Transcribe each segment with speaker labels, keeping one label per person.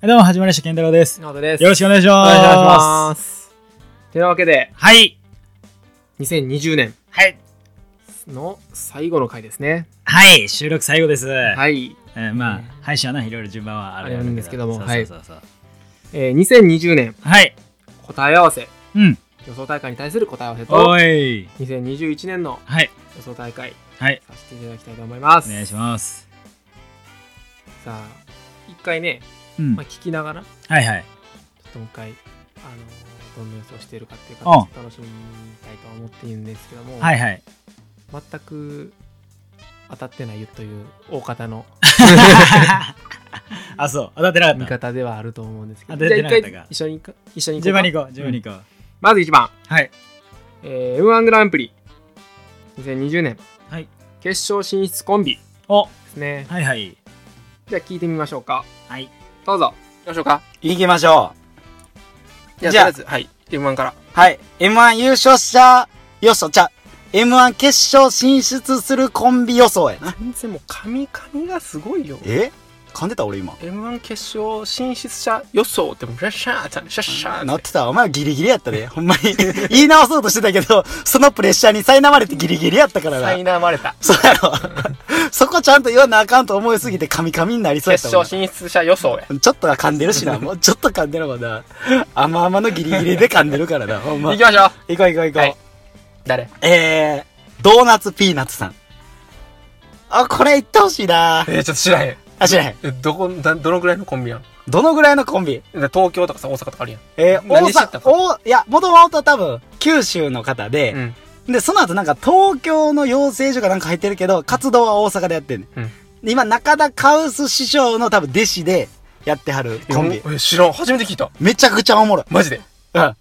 Speaker 1: どうも、はじめまして、健太郎です。
Speaker 2: なです。
Speaker 1: よろし
Speaker 2: く
Speaker 1: くお願いし
Speaker 2: お
Speaker 1: ます。
Speaker 2: 願いします。てなわけで、
Speaker 1: はい。
Speaker 2: 2020年
Speaker 1: はい。
Speaker 2: の最後の回ですね。
Speaker 1: はい。収録最後です。
Speaker 2: はい。
Speaker 1: えーまあ
Speaker 2: ね、
Speaker 1: 配信はないろいろ順番はある
Speaker 2: あるんですけども
Speaker 1: そうそうそうそう
Speaker 2: えー、2020年
Speaker 1: はい。
Speaker 2: 答え合わせ、
Speaker 1: うん。
Speaker 2: 予想大会に対する答え合わせと、
Speaker 1: おい。
Speaker 2: 2021年の
Speaker 1: はい。
Speaker 2: 予想大会
Speaker 1: はい。
Speaker 2: させていただきたいと思いま
Speaker 1: お
Speaker 2: す。
Speaker 1: 願いします。
Speaker 2: さあ、一回ね、
Speaker 1: うん。
Speaker 2: まあ、聞きながら、ちょ
Speaker 1: はいはい。
Speaker 2: っともう一回、あのーどんな予想しているかっていうか、
Speaker 1: うん
Speaker 2: ちょっと楽しみたいと思っているんですけども、
Speaker 1: はいはい。
Speaker 2: 全く当たってないという大方の
Speaker 1: あ、そう。当たってなか
Speaker 2: 味
Speaker 1: った。
Speaker 2: 方ではあると思うんですけ
Speaker 1: あ
Speaker 2: ど、
Speaker 1: 出
Speaker 2: じゃあ
Speaker 1: てな
Speaker 2: 一
Speaker 1: かったか
Speaker 2: 回一緒にか一緒に行
Speaker 1: 順
Speaker 2: こう
Speaker 1: 番に
Speaker 2: か
Speaker 1: 行こう。順番に行こう。
Speaker 2: まず1番、
Speaker 1: はい。
Speaker 2: えー、M1 グランプリ2020年
Speaker 1: はい。
Speaker 2: 決勝進出コンビ
Speaker 1: お、
Speaker 2: ですね。
Speaker 1: はいはい。
Speaker 2: じゃあ聞いてみましょうか。
Speaker 1: はい。
Speaker 2: どうぞ。どうしようか。
Speaker 3: 行きましょ
Speaker 2: じゃあ
Speaker 3: じゃあ
Speaker 2: とりあえず、はい、M1 から。
Speaker 3: う。はい。M1 優勝者予想、じゃあ M1 決勝進出するコンビ予想やな。
Speaker 2: 全然もう、神々がすごいよ。
Speaker 3: え噛んでた俺今。
Speaker 2: M1 決勝進出者予想って、もうシャッシャーって、シャッシャー
Speaker 3: なっ
Speaker 2: って。
Speaker 3: てた。お前ギリギリやったで。ほんまに。 言い直そうとしてたけど、そのプレッシャーに苛まれてギリギリやったからな。
Speaker 2: 苛まれた。
Speaker 3: そうやろ。 そこちゃんと言わなあかんと思いすぎてカミカミになりそうやっ
Speaker 2: 決
Speaker 3: たも
Speaker 2: 勝進
Speaker 3: ん。
Speaker 2: 出者予想や。
Speaker 3: ちょっとは噛んでるし な。もうちょっと噛んでるもんな。甘々のギリギリで噛んでるから な。ほんま。
Speaker 2: 行
Speaker 3: 行
Speaker 2: きましょう。
Speaker 3: こう行こう行こう。
Speaker 2: はい誰
Speaker 3: えー、ドーナツピーナッツさん。あ、これ言ってほしいな
Speaker 2: えー、ちょっと知らへん。
Speaker 3: あ、知らへん。
Speaker 2: えどこ、だどのぐらいのコンビやん
Speaker 3: どのぐらいのコンビ
Speaker 2: だ東京とかさ、大阪とかあるやん。
Speaker 3: え ー、大
Speaker 2: 何知った
Speaker 3: 阪、
Speaker 2: か
Speaker 3: おいや、もともと多分、九州の方で、
Speaker 2: ん。
Speaker 3: で、その後なんか東京の養成所かなんか入ってるけど、活動は大阪でやってんね、
Speaker 2: うん
Speaker 3: で今、中田カウス師匠の多分弟子でやってはるコンビ。
Speaker 2: え、知らん。初めて聞いた。
Speaker 3: めちゃくちゃおもろい。
Speaker 2: マジで。
Speaker 3: うん。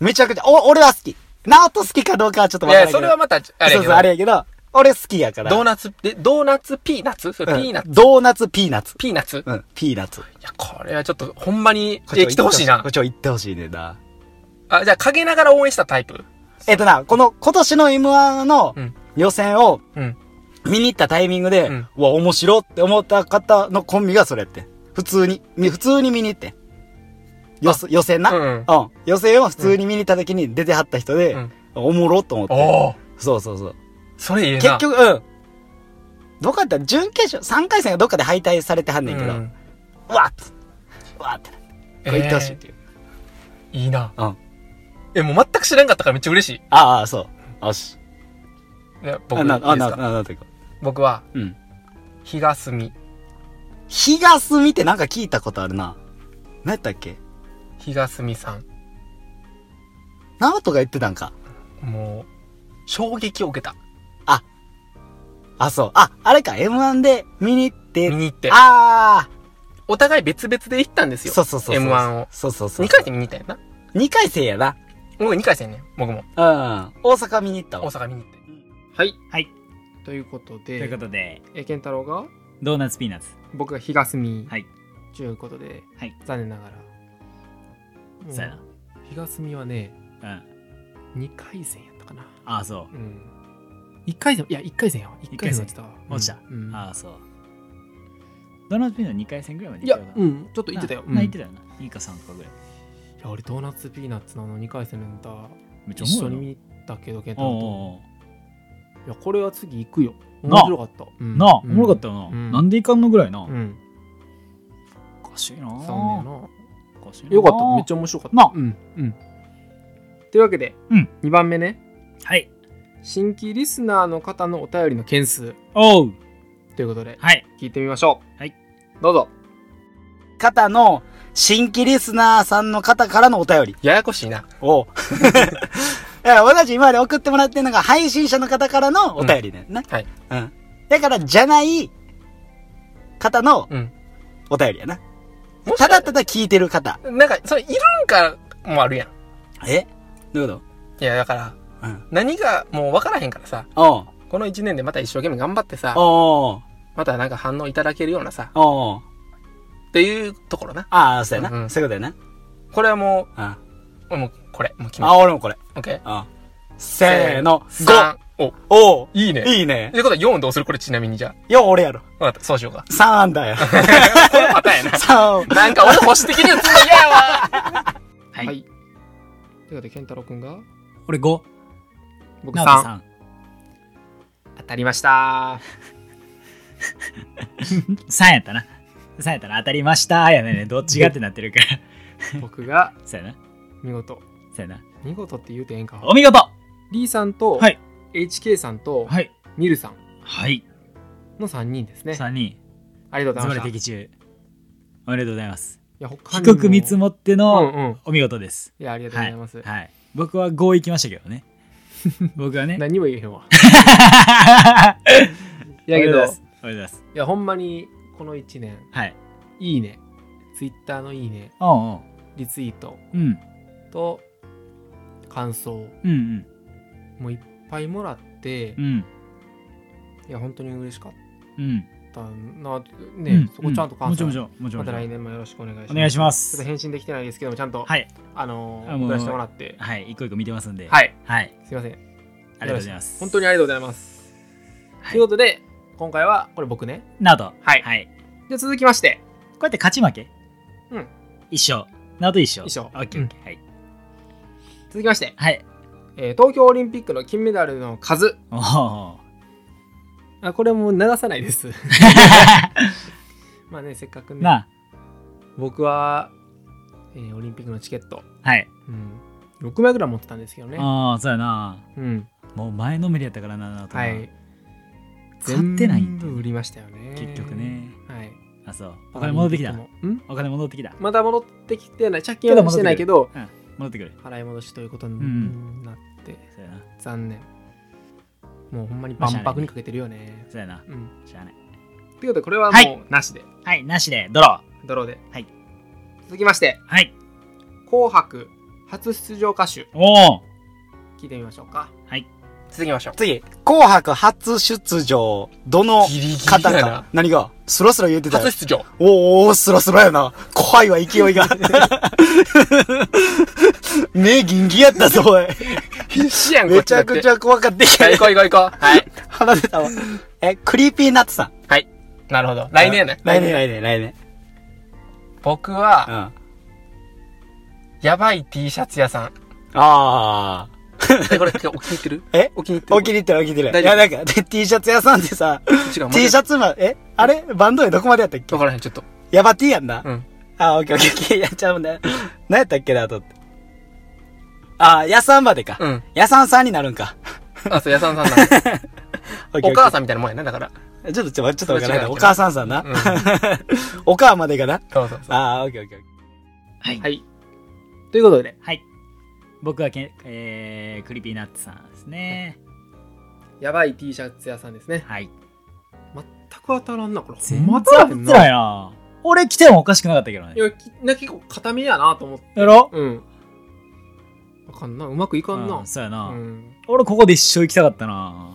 Speaker 3: めちゃくちゃ、お、俺は好き。ナオト好きかどうかはちょっと
Speaker 2: い
Speaker 3: わか
Speaker 2: や、
Speaker 3: らないけ
Speaker 2: そ
Speaker 3: ど。
Speaker 2: れはまた、あれや
Speaker 3: そう
Speaker 2: け
Speaker 3: そう、
Speaker 2: ど
Speaker 3: あれやけど、俺好きやから。
Speaker 2: ドーナツ、で、ドーナツピーナッツそれ
Speaker 3: うん
Speaker 2: ピーナッツ、
Speaker 3: ドーナツピーナッツ。
Speaker 2: ピーナッツ
Speaker 3: うん、ピーナッツ。
Speaker 2: いや、これはちょっと、ほんまに、
Speaker 3: こっち
Speaker 2: え、
Speaker 3: は
Speaker 2: 来てほしいな
Speaker 3: こっ。ちは行ってほしいねんな。
Speaker 2: あ、じゃあ、陰ながら応援したタイプ
Speaker 3: えっとな、この今年の M1 の
Speaker 2: うん
Speaker 3: 予選を
Speaker 2: うん。
Speaker 3: 見に行ったタイミング
Speaker 2: う
Speaker 3: で、うんわ、面白って思った方のコンビがそれやってん。普通に、み普通に見に行ってん。予す予選な、
Speaker 2: う
Speaker 3: うん、
Speaker 2: ん。
Speaker 3: 予選を普通に見に行った時に出てはった人で、
Speaker 2: うん
Speaker 3: おもろっと思って。
Speaker 2: おお
Speaker 3: そうそうそう。
Speaker 2: それ言え
Speaker 3: 結
Speaker 2: な。
Speaker 3: 局、うん。どっかやったら準決勝、3回戦がどっかで敗退されてはんねんけど、
Speaker 2: う
Speaker 3: うんわっと、うわっと、こ
Speaker 2: え
Speaker 3: れ行ってほしいっ
Speaker 2: ー
Speaker 3: ていう。
Speaker 2: いいな。
Speaker 3: うん。
Speaker 2: え、もう全く知らんかったからめっちゃ嬉し
Speaker 3: ああ、そう。よし。
Speaker 2: い。いや僕、
Speaker 3: あ、
Speaker 2: いい
Speaker 3: な、
Speaker 2: です
Speaker 3: あ、な、
Speaker 2: か
Speaker 3: な、なんていうか。
Speaker 2: 僕は、
Speaker 3: うん。
Speaker 2: 日がすみ。
Speaker 3: 日がすみってなんか聞いたことあるな。何やったっけ
Speaker 2: 日がすみさん。
Speaker 3: ナオトが言ってたんか。
Speaker 2: もう、衝撃を受けた。
Speaker 3: あ、そう。あ、あれか、M1 で見に行って。
Speaker 2: 見に行って。
Speaker 3: あ
Speaker 2: お互い別々で行ったんです
Speaker 3: ー
Speaker 2: よ。
Speaker 3: そうそうそうそう。
Speaker 2: M1 を。
Speaker 3: そうそうそう。
Speaker 2: 2回戦見に行ったんやな。
Speaker 3: 二回生やな。
Speaker 2: 僕2回戦ね。僕も。
Speaker 3: うん。大阪見に行った
Speaker 2: 大
Speaker 3: わ。
Speaker 2: 阪見に行って。はい。
Speaker 1: はい。
Speaker 2: ということ
Speaker 1: と
Speaker 2: で、
Speaker 1: いうことで、
Speaker 2: え健太郎が
Speaker 1: ドーナツピーナッツ。
Speaker 2: 僕が東見
Speaker 1: はい
Speaker 2: ということで、
Speaker 1: はい
Speaker 2: 残念ながらもう
Speaker 1: そうや
Speaker 2: 東見はね
Speaker 1: な。うん。
Speaker 2: 2回戦やったかな
Speaker 1: あ、そう
Speaker 2: う。ん1回戦いや1回戦やわ1回戦落ちたわ
Speaker 1: 落ちた
Speaker 2: うんうん
Speaker 1: あ、そう。ドーナツピーナッツ2回戦ぐらいまで
Speaker 2: い
Speaker 1: 行
Speaker 2: や
Speaker 1: ったよな
Speaker 2: うんちょっと言ってたよ
Speaker 1: な
Speaker 2: うん
Speaker 1: な言ってたよな。2か3かぐらい。
Speaker 2: いや俺ドーナツピーナッツのあの2回戦の歌
Speaker 1: めっちゃ
Speaker 2: 一
Speaker 1: 思うよ
Speaker 2: 緒に
Speaker 1: な。
Speaker 2: 見に行ったけど健太郎と
Speaker 1: おうおう
Speaker 2: いやこれは次行くよ
Speaker 1: な
Speaker 2: 面白かったうん
Speaker 1: なあ、お
Speaker 2: うん
Speaker 1: もろかったよな。
Speaker 2: うん
Speaker 1: なんでいかんのぐらいな。
Speaker 2: うん
Speaker 1: おかしいな。
Speaker 2: 残念やな
Speaker 1: おかしいな。
Speaker 2: よかっためっちゃ面白かった
Speaker 1: なあ
Speaker 2: うんうんというわけで
Speaker 1: うん
Speaker 2: 2番目ね
Speaker 1: はい。
Speaker 2: 新規リスナーの方のお便りの件数
Speaker 1: おう。
Speaker 2: ということで
Speaker 1: はい。
Speaker 2: 聞いてみましょう
Speaker 1: はい
Speaker 2: どうぞ
Speaker 3: 方の新規リスナーさんの方からのお便り。
Speaker 2: ややこしいな
Speaker 3: おいや、私今まで送ってもらってるのが配信者の方からのお便りだよね。
Speaker 2: はい
Speaker 3: うん。だから、じゃない方の
Speaker 2: うん
Speaker 3: お便りやな。
Speaker 2: もしたか
Speaker 3: だただ聞いてる方。
Speaker 2: なんかそれいるんかもあるやん
Speaker 3: えどういうこ
Speaker 2: いやだから
Speaker 3: とうん。
Speaker 2: 何がもう分からへんからさ
Speaker 3: おう
Speaker 2: この1年でまた一生懸命頑張ってさ
Speaker 3: おう
Speaker 2: またなんか反応いただけるようなさ
Speaker 3: おう
Speaker 2: っていうところな
Speaker 3: ああ、そうやな。
Speaker 2: うん
Speaker 3: そういうことや
Speaker 2: これはも
Speaker 3: な。
Speaker 2: うもうこれもう決
Speaker 3: うん。
Speaker 2: め
Speaker 3: あ、俺もこれ。
Speaker 2: オッケー
Speaker 3: うん。せーの。
Speaker 2: 三
Speaker 4: お、
Speaker 3: おお
Speaker 4: いいね。
Speaker 3: いいね
Speaker 4: と。いうことは4どうするこれちなみにじゃ
Speaker 3: よ、俺やろ。
Speaker 4: あ。わかった、そうし ようか。
Speaker 3: 3アンダー や。
Speaker 4: このパターンやな。
Speaker 3: 3
Speaker 4: なんか俺保守的に映んの嫌やわ。
Speaker 1: はい。
Speaker 2: はい。ということで、健太郎くんが、
Speaker 1: 俺5。
Speaker 2: 僕
Speaker 1: なお
Speaker 2: さん
Speaker 1: さん。
Speaker 2: 当たり ました。
Speaker 1: 3やったな。3やったな。当たりました。やねんね。どっちがってなってる から。
Speaker 2: 僕が、
Speaker 1: そうやな。
Speaker 2: 見事。
Speaker 1: そうやな。
Speaker 2: 見事って言うてええんか。
Speaker 1: お見事は
Speaker 2: D さんと、
Speaker 1: はい
Speaker 2: HK さんと、
Speaker 1: い。
Speaker 2: ミルさん
Speaker 1: はい。
Speaker 2: の3人ですね。
Speaker 1: 3人。
Speaker 2: ありがとう
Speaker 1: ズ
Speaker 2: ご
Speaker 1: バ
Speaker 2: ざい
Speaker 1: リ
Speaker 2: ました。い
Speaker 1: 的中。おめでとうございます。
Speaker 2: や、他にも
Speaker 1: 低く見積もって
Speaker 2: う
Speaker 1: の
Speaker 2: んうん。
Speaker 1: お見事です。
Speaker 2: いや、ありがとうご
Speaker 1: は
Speaker 2: ざ
Speaker 1: い。
Speaker 2: います。
Speaker 1: はい。僕は5行きましたけどね。 僕はね。
Speaker 2: 何も言えへんわ。い
Speaker 1: い
Speaker 2: やけど、い
Speaker 1: おめでとうございます。
Speaker 2: や、ほんまに、この1年、
Speaker 1: はい。
Speaker 2: いいね。ツイッターのいいね、
Speaker 1: おうおう。
Speaker 2: リツイート
Speaker 1: うん。
Speaker 2: と、感想、
Speaker 1: うん
Speaker 2: もういっぱいもらって、
Speaker 1: うん。うん。
Speaker 2: いや、本当に嬉しかっ
Speaker 1: うん。
Speaker 2: たなって、
Speaker 1: う
Speaker 2: ね、そこちゃんと
Speaker 1: うも
Speaker 2: 感
Speaker 1: ち
Speaker 2: 想、
Speaker 1: ろん、もちろん、もちろん。
Speaker 2: また来
Speaker 1: も
Speaker 2: 年もよろしくお願いしま
Speaker 1: ち
Speaker 2: す。
Speaker 1: ろんお願いしま
Speaker 2: ちょっと
Speaker 1: す。
Speaker 2: 返信できてないですけども、ちゃんと、
Speaker 1: はい。
Speaker 2: あの
Speaker 1: あ
Speaker 2: ー、
Speaker 1: もう
Speaker 2: 送らせてもらって、
Speaker 1: はい。一個一個見てますんで。
Speaker 2: はい、
Speaker 1: はい。
Speaker 2: すいません。
Speaker 1: ありがとうございます。
Speaker 2: 本当にありがとうございます。
Speaker 1: はい
Speaker 2: ということで、今回はこれ僕ね。
Speaker 1: など。
Speaker 2: はい
Speaker 1: はい。
Speaker 2: じゃあ続きまして、
Speaker 1: こうやって勝ち負け
Speaker 2: うん。
Speaker 1: 一緒。など一緒。
Speaker 2: 一緒
Speaker 1: オッケーオッケー。はい。
Speaker 2: 続きまして、
Speaker 1: はい。
Speaker 2: えー東京オリンピックの金メダルの数。
Speaker 1: おお。
Speaker 2: あこれもう流さな いです。 まあね、せっかくね、
Speaker 1: ま
Speaker 2: 僕は、えーオリンピックのチケット、
Speaker 1: あ、はい。
Speaker 2: うん、6枚ぐらい持ってたんですけどね。
Speaker 1: ああ、そうやな。
Speaker 2: うん、
Speaker 1: もう前のめりやったからな、なと。
Speaker 2: はい。。
Speaker 1: 買ってないん
Speaker 2: 全
Speaker 1: だよ
Speaker 2: 部売
Speaker 1: ね。
Speaker 2: りましたよね。
Speaker 1: 結局。ね。
Speaker 2: はい。
Speaker 1: あ、そう。お金戻ってきた
Speaker 2: パラ。リンピックもん
Speaker 1: お金戻ってきた。
Speaker 2: また戻ってきてない。借金はしてないけど、
Speaker 1: 戻ってくる。
Speaker 2: 払い戻しということ
Speaker 1: ん
Speaker 2: になって、
Speaker 1: そうやな。
Speaker 2: 残念。もうほんまに万博にかけてるよね。
Speaker 1: そうやな。
Speaker 2: うん。
Speaker 1: 知らない。
Speaker 2: ということで、これは
Speaker 1: はい
Speaker 2: もうなしで、
Speaker 1: はい、なしで、ドロ
Speaker 2: ドローで。
Speaker 1: はい。
Speaker 2: 続きまして、
Speaker 1: ー。はい。
Speaker 2: 紅白初出場歌手、
Speaker 1: おお。
Speaker 2: 聞いてみましょうか。
Speaker 1: はい。
Speaker 4: 続きましょう。
Speaker 3: 次、紅白初出場、どの
Speaker 4: ギリギリ
Speaker 3: 方
Speaker 4: だ
Speaker 3: か
Speaker 4: な。。
Speaker 3: 何がスラスラ言うてた
Speaker 4: 初
Speaker 3: よ。
Speaker 4: 出場。
Speaker 3: おーおー、スラスラやな。怖いわ、勢いが。目ギンギンやったぞ、おい。
Speaker 4: 必死やん、こ
Speaker 3: め
Speaker 4: っち
Speaker 3: ち
Speaker 4: だっ
Speaker 3: ゃ
Speaker 4: て
Speaker 3: くち。ゃ怖かった
Speaker 4: は
Speaker 3: け
Speaker 4: い、行こう行こう行こう。はい。
Speaker 3: 話せたわ。え、クリーピーナッツさん。
Speaker 4: はい。なるほど。来年ね。
Speaker 3: 来年、来年、来年。
Speaker 4: 僕
Speaker 3: う
Speaker 4: は、
Speaker 3: ん。
Speaker 4: やばい T シャツ屋さん。
Speaker 3: あ
Speaker 4: えこれ、お気に入ってる
Speaker 3: ー。え
Speaker 4: お気に入ってる
Speaker 3: 起きりってる起きりってる。
Speaker 4: 大
Speaker 3: い
Speaker 4: 丈夫
Speaker 3: や、なんか、で T シャツ屋さんでさ、
Speaker 4: 違う、
Speaker 3: T シ
Speaker 4: ャ
Speaker 3: ャツま、えあれバンドでどこまでやったっけ
Speaker 4: わからへん、ちょっと。
Speaker 3: ヤバ T やんな。
Speaker 4: うん。
Speaker 3: あ、オッケーオッケーオッケー。いやっちゃうね。何やったっけな、とって。あー、屋さんまでか。
Speaker 4: うん。
Speaker 3: 屋さんさんになるんか。
Speaker 4: あ、そう、屋さんさんなんだ
Speaker 3: オッケー
Speaker 4: お
Speaker 3: オッケー
Speaker 4: 母さんみたいなもんやな、だから。
Speaker 3: ちょっと、ちょっと、ちょっとわからないな。
Speaker 4: それ違う
Speaker 3: お母さんさんな。
Speaker 4: うん
Speaker 3: お母までかな。
Speaker 4: そうそうそう。
Speaker 3: あー、オッケーオッケーオッケ
Speaker 1: はい
Speaker 2: は。い。ということで、
Speaker 1: はい。僕はけ、えー、クリピーナッツさんですね。
Speaker 2: やばい T シャツ屋さんですね。
Speaker 1: はい。
Speaker 2: 全く当たらんな、これ。
Speaker 1: 全然
Speaker 2: 当たら
Speaker 1: 当た
Speaker 2: ん
Speaker 1: っ
Speaker 2: な
Speaker 1: て。ないな。俺来てもおかしくなかったけどね
Speaker 2: い。や、きな結構固めやなと思って。
Speaker 1: やろ
Speaker 2: うん。あかんな、うまくいかん
Speaker 1: う
Speaker 2: な。
Speaker 1: そうや
Speaker 2: う
Speaker 1: な。
Speaker 2: ん。
Speaker 1: 俺ここで一生行きたかったな。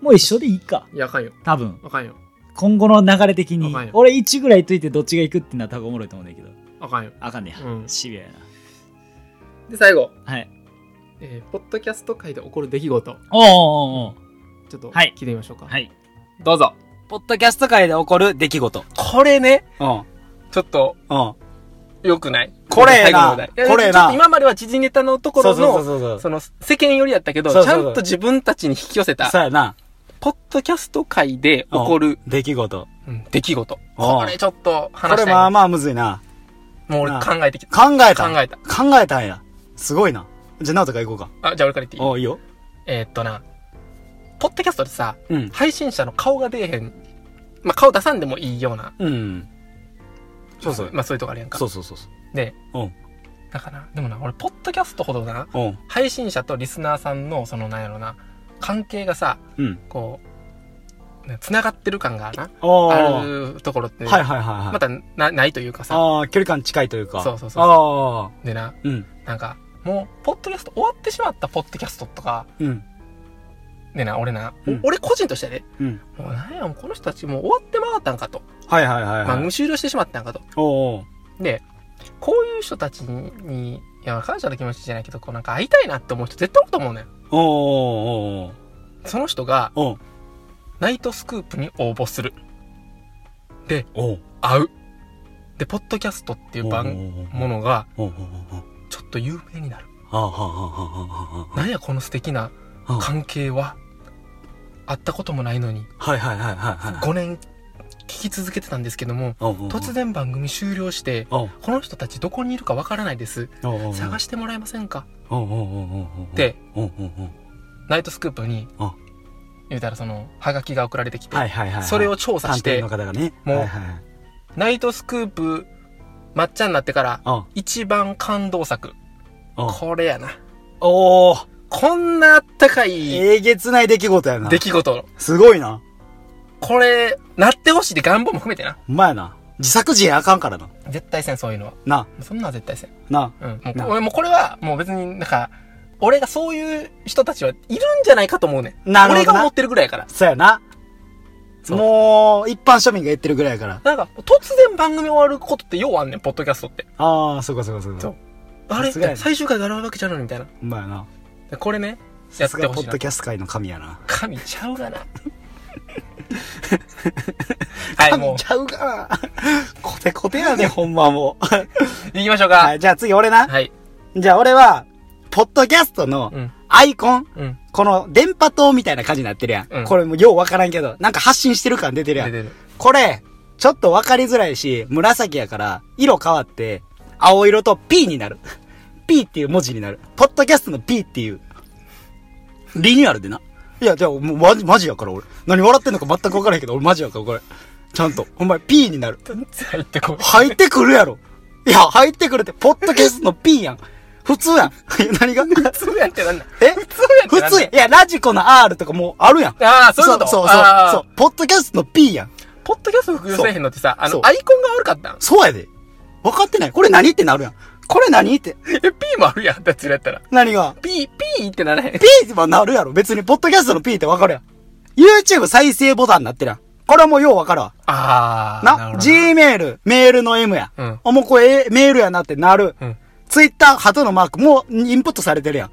Speaker 1: もう一緒でいいか。
Speaker 2: いや、あかんよ。
Speaker 1: 多分。
Speaker 2: あかんよ。
Speaker 1: 今後の流れ的に
Speaker 2: わかんよ。
Speaker 1: 俺1ぐらいといてどっちが行くってなったらおもろいと思うんだけど。
Speaker 2: あかんよ。
Speaker 1: あかんねや。
Speaker 2: うん
Speaker 1: シビアやな。
Speaker 2: で、最後、
Speaker 1: はい。
Speaker 2: えーポッドキャスト界で起こる出来事、
Speaker 1: おうおうおう
Speaker 2: ちょっと
Speaker 1: はい
Speaker 2: 聞いてみましょうか。
Speaker 1: おう。はい。
Speaker 2: どうぞ。
Speaker 3: ー。ポッドキャスト界で起こる出来事。
Speaker 4: これね、
Speaker 3: うん。
Speaker 4: ちょっと、
Speaker 3: うん。
Speaker 4: 良くない。
Speaker 3: これやな
Speaker 4: 最後のお題いや
Speaker 3: これやな
Speaker 4: ちょっと今までは知人ネタのところの、
Speaker 3: そうそう
Speaker 4: その、世間よりやったけど、
Speaker 3: そう
Speaker 4: ち
Speaker 3: そう
Speaker 4: ゃ
Speaker 3: そうん
Speaker 4: と自分たちに引き寄せた
Speaker 3: そ、うやな。
Speaker 4: ポッドキャスト界で起こる、
Speaker 3: 出来事。
Speaker 4: うん出来事。
Speaker 3: おう
Speaker 4: これちょっと
Speaker 3: こ
Speaker 4: 話し
Speaker 3: れ
Speaker 4: たい
Speaker 3: ま
Speaker 4: な。
Speaker 3: あまあむずいな。
Speaker 4: もう俺考えてきた。
Speaker 3: 考えた
Speaker 4: 考えた。
Speaker 3: 考えたんや。すごいな。じゃあ、なおとか行こうか。
Speaker 4: あ、じゃあ俺から言っていい
Speaker 3: おいいよ。
Speaker 4: えーっとな、ポッドキャストでさ、
Speaker 3: うん。
Speaker 4: 配信者の顔が出えへん、まあ、顔出さんでもいいような、
Speaker 3: うん。そうそう。
Speaker 4: まあ、そういうとこあるやんか
Speaker 3: そ。うそうそうそ
Speaker 4: で、
Speaker 3: うん
Speaker 4: だから、でもな、俺、ポッドキャストほどな、
Speaker 3: う。うん。
Speaker 4: 配信者とリスナーさんの、その、なんやろな、関係がさ、
Speaker 3: うん。
Speaker 4: こう、ね繋がってる感がな、
Speaker 3: ああ。
Speaker 4: あ
Speaker 3: はい
Speaker 4: るところって、
Speaker 3: はいはいはい。
Speaker 4: またな、ないというかさ、
Speaker 3: ああ、距離感近いというか。
Speaker 4: そうそうそう
Speaker 3: ああ。
Speaker 4: でな、
Speaker 3: うん。
Speaker 4: なんか、もう、ポッドキャスト終わってしまったポッドキャストとか、
Speaker 3: うん。
Speaker 4: でな、俺な、
Speaker 3: うん
Speaker 4: お俺個人としてね、
Speaker 3: うん。
Speaker 4: もうなんや、もうこの人たちもう終わってまったんかと、
Speaker 3: はいはいは
Speaker 4: 番
Speaker 3: いはい。
Speaker 4: 組終了してしまったんかと、
Speaker 3: おうおう。
Speaker 4: で、こういう人たちに、いや、感謝の気持ちじゃないけど、こうなんか会いたいなって思う人絶対おると思うねん。
Speaker 3: おうおうおうおう
Speaker 4: その人が
Speaker 3: うん。
Speaker 4: ナイトスクープに応募する。で、
Speaker 3: おう。
Speaker 4: 会う。で、ポッドキャストっていう番、ものが
Speaker 3: おうおうおうおう
Speaker 4: ちょっと有名になる。
Speaker 3: はあはあはあはあは
Speaker 4: なんやこの素敵な
Speaker 3: あは
Speaker 4: 関係は。会ったこともないのに、
Speaker 3: あはいはいはいはいはい。
Speaker 4: 5年聞き続けてたんですけども、
Speaker 3: おうおうおう
Speaker 4: 突。然番組終了して、
Speaker 3: おう
Speaker 4: この人たちどこにいるかわからないです。
Speaker 3: おうおうおう
Speaker 4: 探してもらえませんか
Speaker 3: おうおうおうおうおう。
Speaker 4: で、
Speaker 3: おうおうおう
Speaker 4: ナイトスクープに
Speaker 3: あ、
Speaker 4: 言うたらその、ハガキが送られてきて、
Speaker 3: はいはいはいはい。
Speaker 4: それを調査し
Speaker 3: 探偵
Speaker 4: て
Speaker 3: の、方がね。
Speaker 4: もう
Speaker 3: はいはいはい
Speaker 4: ナイトスクープ、抹茶になってから、
Speaker 3: うん
Speaker 4: 一番感動作。
Speaker 3: うん
Speaker 4: これやな。
Speaker 3: おお
Speaker 4: こんなあったかい
Speaker 3: えげつない出来事やな。
Speaker 4: 出来事。
Speaker 3: すごいな。
Speaker 4: これ、なってほしいって願望も含めてな。
Speaker 3: うまやな。自作自演あかんからな。
Speaker 4: 絶対せん、そういうのは。
Speaker 3: な、
Speaker 4: そんなんは絶対せん。
Speaker 3: な。
Speaker 4: うん。もう
Speaker 3: な
Speaker 4: 俺もうこれは、もう別になんか、俺がそういう人たちはいるんじゃないかと思うねん。
Speaker 3: なるほどな
Speaker 4: 俺が思ってるぐらいやから。
Speaker 3: そうやな。
Speaker 4: そう
Speaker 3: もう、一般庶民が言ってるぐらいやから。
Speaker 4: なんか、突然番組終わることってようあんねん、ポッドキャストって。
Speaker 3: ああ、そうかそうかそう
Speaker 4: そう。
Speaker 3: か
Speaker 4: あれ
Speaker 3: さすがやな
Speaker 4: 最終回があるわけちゃうのにみたいな。
Speaker 3: うまやな。
Speaker 4: でこれね、や
Speaker 3: さ
Speaker 4: っ
Speaker 3: す
Speaker 4: て
Speaker 3: が
Speaker 4: ほ
Speaker 3: ポ
Speaker 4: しい
Speaker 3: ッ
Speaker 4: な
Speaker 3: ド。キャスト界の神やな。
Speaker 4: 神ちゃう がな。はい、も
Speaker 3: 神ちゃうかな。コテコテやね、ほんまもう。
Speaker 4: う、行きましょうか。
Speaker 3: はい、じゃあ次俺な。
Speaker 4: はい。
Speaker 3: じゃあ俺は、ポッドキャストの
Speaker 4: うん。
Speaker 3: アイコン。
Speaker 4: うん。
Speaker 3: この電波塔みたいな感じになってるやん。
Speaker 4: うん
Speaker 3: これもうようわからんけど、なんか発信してる感出てるや
Speaker 4: 出
Speaker 3: ん。
Speaker 4: てる。
Speaker 3: これ、ちょっとわかりづらいし、紫やから、色変わって、青色と P になる。P っていう文字になる。ポッドキャストの P っていう。リニューアルでな。いや、じゃあ、もうマジ、マジやから俺。何笑ってんのか全くわからへんけど、俺マジやからこれ。ちゃんと。お前 P になる。
Speaker 4: 全然入ってこい。
Speaker 3: 入ってくるやろ。いや、入ってくるって、ポッドキャストの P やん。普通やん。 いや何が
Speaker 4: 普通やんってなんだ。
Speaker 3: え
Speaker 4: 普通やんって
Speaker 3: 普
Speaker 4: なんだ。
Speaker 3: 通やん。いや、ラジコの R とかもうあるやん。
Speaker 4: ああ、そういうこと
Speaker 3: そうそう
Speaker 4: あ
Speaker 3: そ
Speaker 4: ー
Speaker 3: うそう。ポッドキャストの P やん。
Speaker 4: ポッドキャスト服用せえへんのってさ、あ
Speaker 3: そう
Speaker 4: の、アイコンが悪かったん。
Speaker 3: そうやで。分かってない。これ何ってなるやん。これ何って。
Speaker 4: え、P もあるやん、だってそれやったら。
Speaker 3: 何が
Speaker 4: P、P ってならへん。
Speaker 3: ?P はなるやろ。別に、ポッドキャストの P って分かるやん。YouTube 再生ボタンになってるやん。これはもうよう分かるわ。
Speaker 4: ああ。
Speaker 3: な、
Speaker 4: るほど
Speaker 3: Gmail、メールの M や。
Speaker 4: うん
Speaker 3: あ、もうこれ、えメールやなってなる。
Speaker 4: うん
Speaker 3: Twitter、鳩のマーク、もうインプットされてるやん。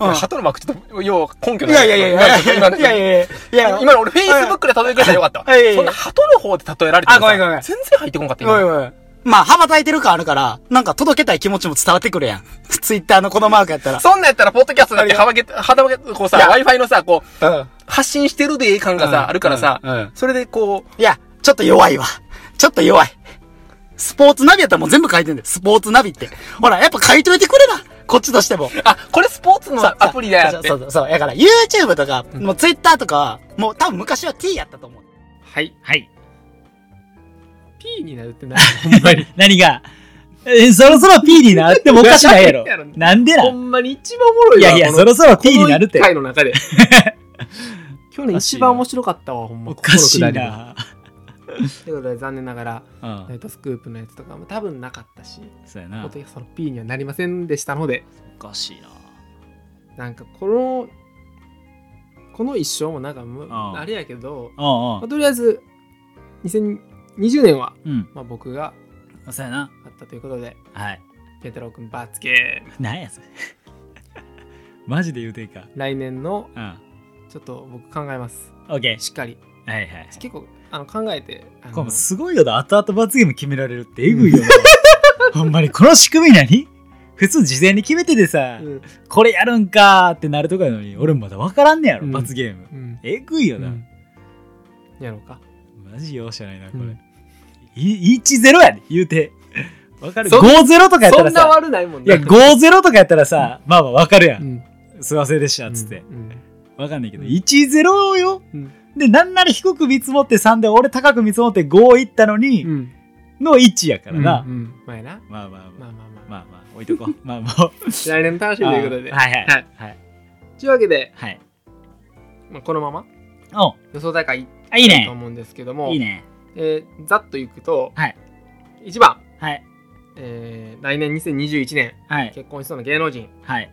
Speaker 3: うん。
Speaker 4: 鳩のマークちょっと、よう根拠
Speaker 3: いやいやいやいやいやい
Speaker 4: 今の
Speaker 3: やいやいやいやいや。
Speaker 4: 今の俺、フェイスブックで例えてくれたらよかったわ。
Speaker 3: いやいやいや
Speaker 4: そんな鳩の方で例えられてもさ
Speaker 3: あごめんごめん
Speaker 4: 全然入ってこんかった
Speaker 3: おい
Speaker 4: 今。
Speaker 3: おい。まあ、羽ばたいてる感あるから、なんか届けたい気持ちも伝わってくるやん。ツイッターのこのマークやったら。
Speaker 4: そんなんやったら、ポッドキャストだって、はばけ、はばけ、こうさ、Wi-Fi のさ、こう、
Speaker 3: うん。
Speaker 4: 発信してるでええ感が
Speaker 3: うん
Speaker 4: さ、あるからさ
Speaker 3: うんうん、
Speaker 4: それでこう、
Speaker 3: いや、ちょっと弱いわ。ちょっと弱い。スポーツナビやったらもう全部書いてんだよ。スポーツナビって。ほら、やっぱ書いといてくれな。こっちとし ても。
Speaker 4: あ、これスポーツのアプリだよって
Speaker 3: そ。うそうそう。だから YouTube とか、もう Twitter とかは、もう多分昔は T やったと思う。
Speaker 2: はい。
Speaker 1: はい。
Speaker 2: P になるってな。
Speaker 1: ほんまに。何がえ、そろそろ P になってもおかしないやろ
Speaker 2: いやいやいや。
Speaker 1: なんでな
Speaker 2: ほ
Speaker 1: ん
Speaker 2: んまに一番おもろ
Speaker 1: い
Speaker 2: いわ
Speaker 1: やいや、
Speaker 2: この
Speaker 1: そろそろ P になるって
Speaker 2: この。一回の中 で。去年一番面白かったわ、ほんま。
Speaker 1: おかしい
Speaker 2: ここのくだりは。
Speaker 1: な。
Speaker 2: ということで、残念ながら、
Speaker 1: うん
Speaker 2: ナイトスクープのやつとかも多分なかったし、
Speaker 1: そうや
Speaker 2: ポッ
Speaker 1: な
Speaker 2: ド。キャストの P にはなりませんでしたので、
Speaker 1: おかしいな。
Speaker 2: なんかこの、この一生もなんかむ、
Speaker 1: ああ
Speaker 2: あれやけど、
Speaker 1: お
Speaker 2: ま
Speaker 1: う
Speaker 2: あとりあえず、2020年は、
Speaker 1: おう。うん。
Speaker 2: まあ、僕が
Speaker 1: そうやな。
Speaker 2: あったということで、
Speaker 1: はい。
Speaker 2: ペテロ君バツケ
Speaker 1: なんやそれ。 マジで言うていいか。
Speaker 2: 来年の
Speaker 1: うん。
Speaker 2: ちょっと僕考えます。
Speaker 1: オッケ
Speaker 2: しっかり。
Speaker 1: ー。はいはい。
Speaker 2: 結構あの考えて、あの
Speaker 1: これもすごいよな。後々罰ゲーム決められるってえぐいよな。 ほんまに、この仕組み何普通事前に決めててさ、
Speaker 2: うん
Speaker 1: これやるんかーってなるとかやのに、俺もまだ分からんねやろ、
Speaker 2: うん
Speaker 1: 罰ゲーム。
Speaker 2: うん
Speaker 1: えぐいよな。
Speaker 2: うんやろうか。
Speaker 1: マジ容赦ないな、これ。
Speaker 2: うん
Speaker 1: い1-0やで、言うて。わかる
Speaker 2: そ
Speaker 1: ?5-0 とかやった
Speaker 2: そ
Speaker 1: ら
Speaker 2: んな
Speaker 1: さ、
Speaker 2: 悪ないもん
Speaker 1: いや、
Speaker 2: ね。
Speaker 1: 5-0とかやったらさ、まあまあわかるや。
Speaker 2: うんん
Speaker 1: すいませんでした、つって
Speaker 2: う。ん
Speaker 1: わかんないけど、
Speaker 2: うん
Speaker 1: 1-0よ。
Speaker 2: うん
Speaker 1: で、なんなら低く見積もって3で、俺高く見積もって5いったの
Speaker 2: う
Speaker 1: に、
Speaker 2: ん
Speaker 1: の1やからな
Speaker 2: う。んうんまあやな。
Speaker 1: まあまあまあ
Speaker 2: ま。あまあまあ。
Speaker 1: まあまあ、置いとこ う。まあもう。
Speaker 2: 来年も楽しみということで。
Speaker 1: あーはいはい。
Speaker 2: はい
Speaker 1: はい。
Speaker 2: というわけで、
Speaker 1: はい。
Speaker 2: まあ、このまま
Speaker 1: おう
Speaker 2: 予想大会い
Speaker 1: あ、いい
Speaker 2: と
Speaker 1: ね。
Speaker 2: 思うんですけども、
Speaker 1: いいね。
Speaker 2: えーざっといくと、
Speaker 1: はい
Speaker 2: 1番、
Speaker 1: はい。
Speaker 2: えー来年2021年
Speaker 1: はい。
Speaker 2: 結婚しそうな芸能人、
Speaker 1: はい。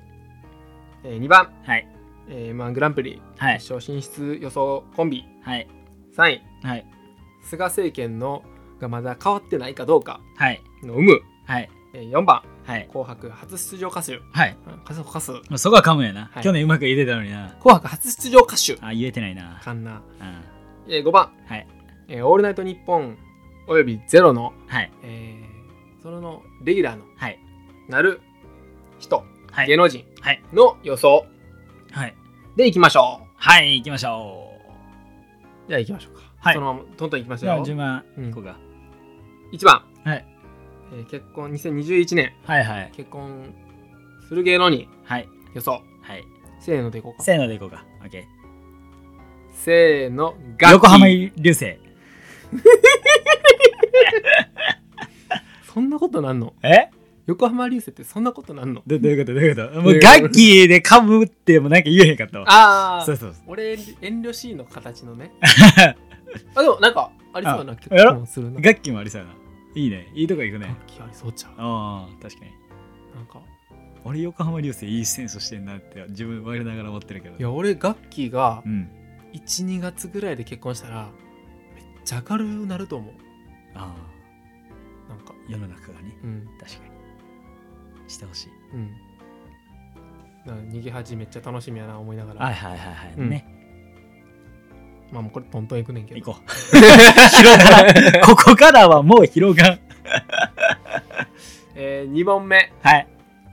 Speaker 2: えー2番、
Speaker 1: はい。
Speaker 2: えー、M1 グランプリ
Speaker 1: はい。
Speaker 2: 決勝進出予想コンビ
Speaker 1: はい。
Speaker 2: 3位
Speaker 1: はい。
Speaker 2: 菅政権のがまだ変わってないかどうか
Speaker 1: はい。
Speaker 2: の有無、
Speaker 1: はい。
Speaker 2: えー4番
Speaker 1: はい。
Speaker 2: 紅白初出場歌手。うん
Speaker 1: はい。
Speaker 2: 歌手、歌手。
Speaker 1: まあそこは噛むやな。
Speaker 2: はい
Speaker 1: 去年うまく言えてたのにな。
Speaker 2: 紅白初出場歌手。
Speaker 1: あ、言えてないな。
Speaker 2: かんな。
Speaker 1: うん。
Speaker 2: えー、5番。
Speaker 1: はい。
Speaker 2: えーオールナイトニッポンおよびゼロの、
Speaker 1: はい。
Speaker 2: えーそれのレギュラーの
Speaker 1: はい。
Speaker 2: なる人、
Speaker 1: はい
Speaker 2: 芸能人
Speaker 1: はい
Speaker 2: の予想
Speaker 1: はい。
Speaker 2: でいきましょ
Speaker 1: はい、行きましょう。
Speaker 2: う。じゃあいきましょうか。
Speaker 1: はい
Speaker 2: そのままどんどんいきまし
Speaker 1: じゃ
Speaker 2: ょ
Speaker 1: あ、
Speaker 2: う。
Speaker 1: 順番、
Speaker 2: うん
Speaker 1: 行こうか。
Speaker 2: 1番、
Speaker 1: はい
Speaker 2: えー結婚2021年、
Speaker 1: はいはい。
Speaker 2: 結婚する芸能人
Speaker 1: はい。
Speaker 2: 予想。
Speaker 1: はい。
Speaker 2: せーのでいこうか。
Speaker 1: せーので行こうか。オッケ
Speaker 2: せーの、
Speaker 1: ー。
Speaker 2: ガッキー
Speaker 1: 横浜流星。
Speaker 2: そんなことなんの
Speaker 1: え
Speaker 2: 横浜流星ってそんなことなんの
Speaker 1: どどういうことどういうこともうガッキーでかぶってもなんか言えへんかったわ。
Speaker 2: あ
Speaker 1: そ
Speaker 2: あ
Speaker 1: う、そうそう。
Speaker 2: 俺、遠慮しいの形の ね。あ、でもなんか、ありそうやな、
Speaker 1: あ
Speaker 2: 結婚するな。
Speaker 1: ガッキーもありそうやな。いいね。いいとこ行くね。
Speaker 2: 気ありそうちゃう
Speaker 1: ああ、確かに。
Speaker 2: なんか
Speaker 1: 俺、横浜流星いいセンスしてんなって自分我ながら思ってるけど。
Speaker 2: いや俺ガッキーが
Speaker 1: うん。
Speaker 2: 12月ぐらいで結婚したらめっちゃ明るくなると思う
Speaker 1: あ
Speaker 2: なんか
Speaker 1: あ、世の中がね、
Speaker 2: うん
Speaker 1: 確かに。してほしい。
Speaker 2: うんなんか逃げ恥めっちゃ楽しみやな思いながら、
Speaker 1: はいはいはいはい。
Speaker 2: うん
Speaker 1: ね。
Speaker 2: まあもうこれトントンいくねんけど
Speaker 1: 行こう。 広がん。ここからはもう広がん。
Speaker 2: えー、2本目、
Speaker 1: はい。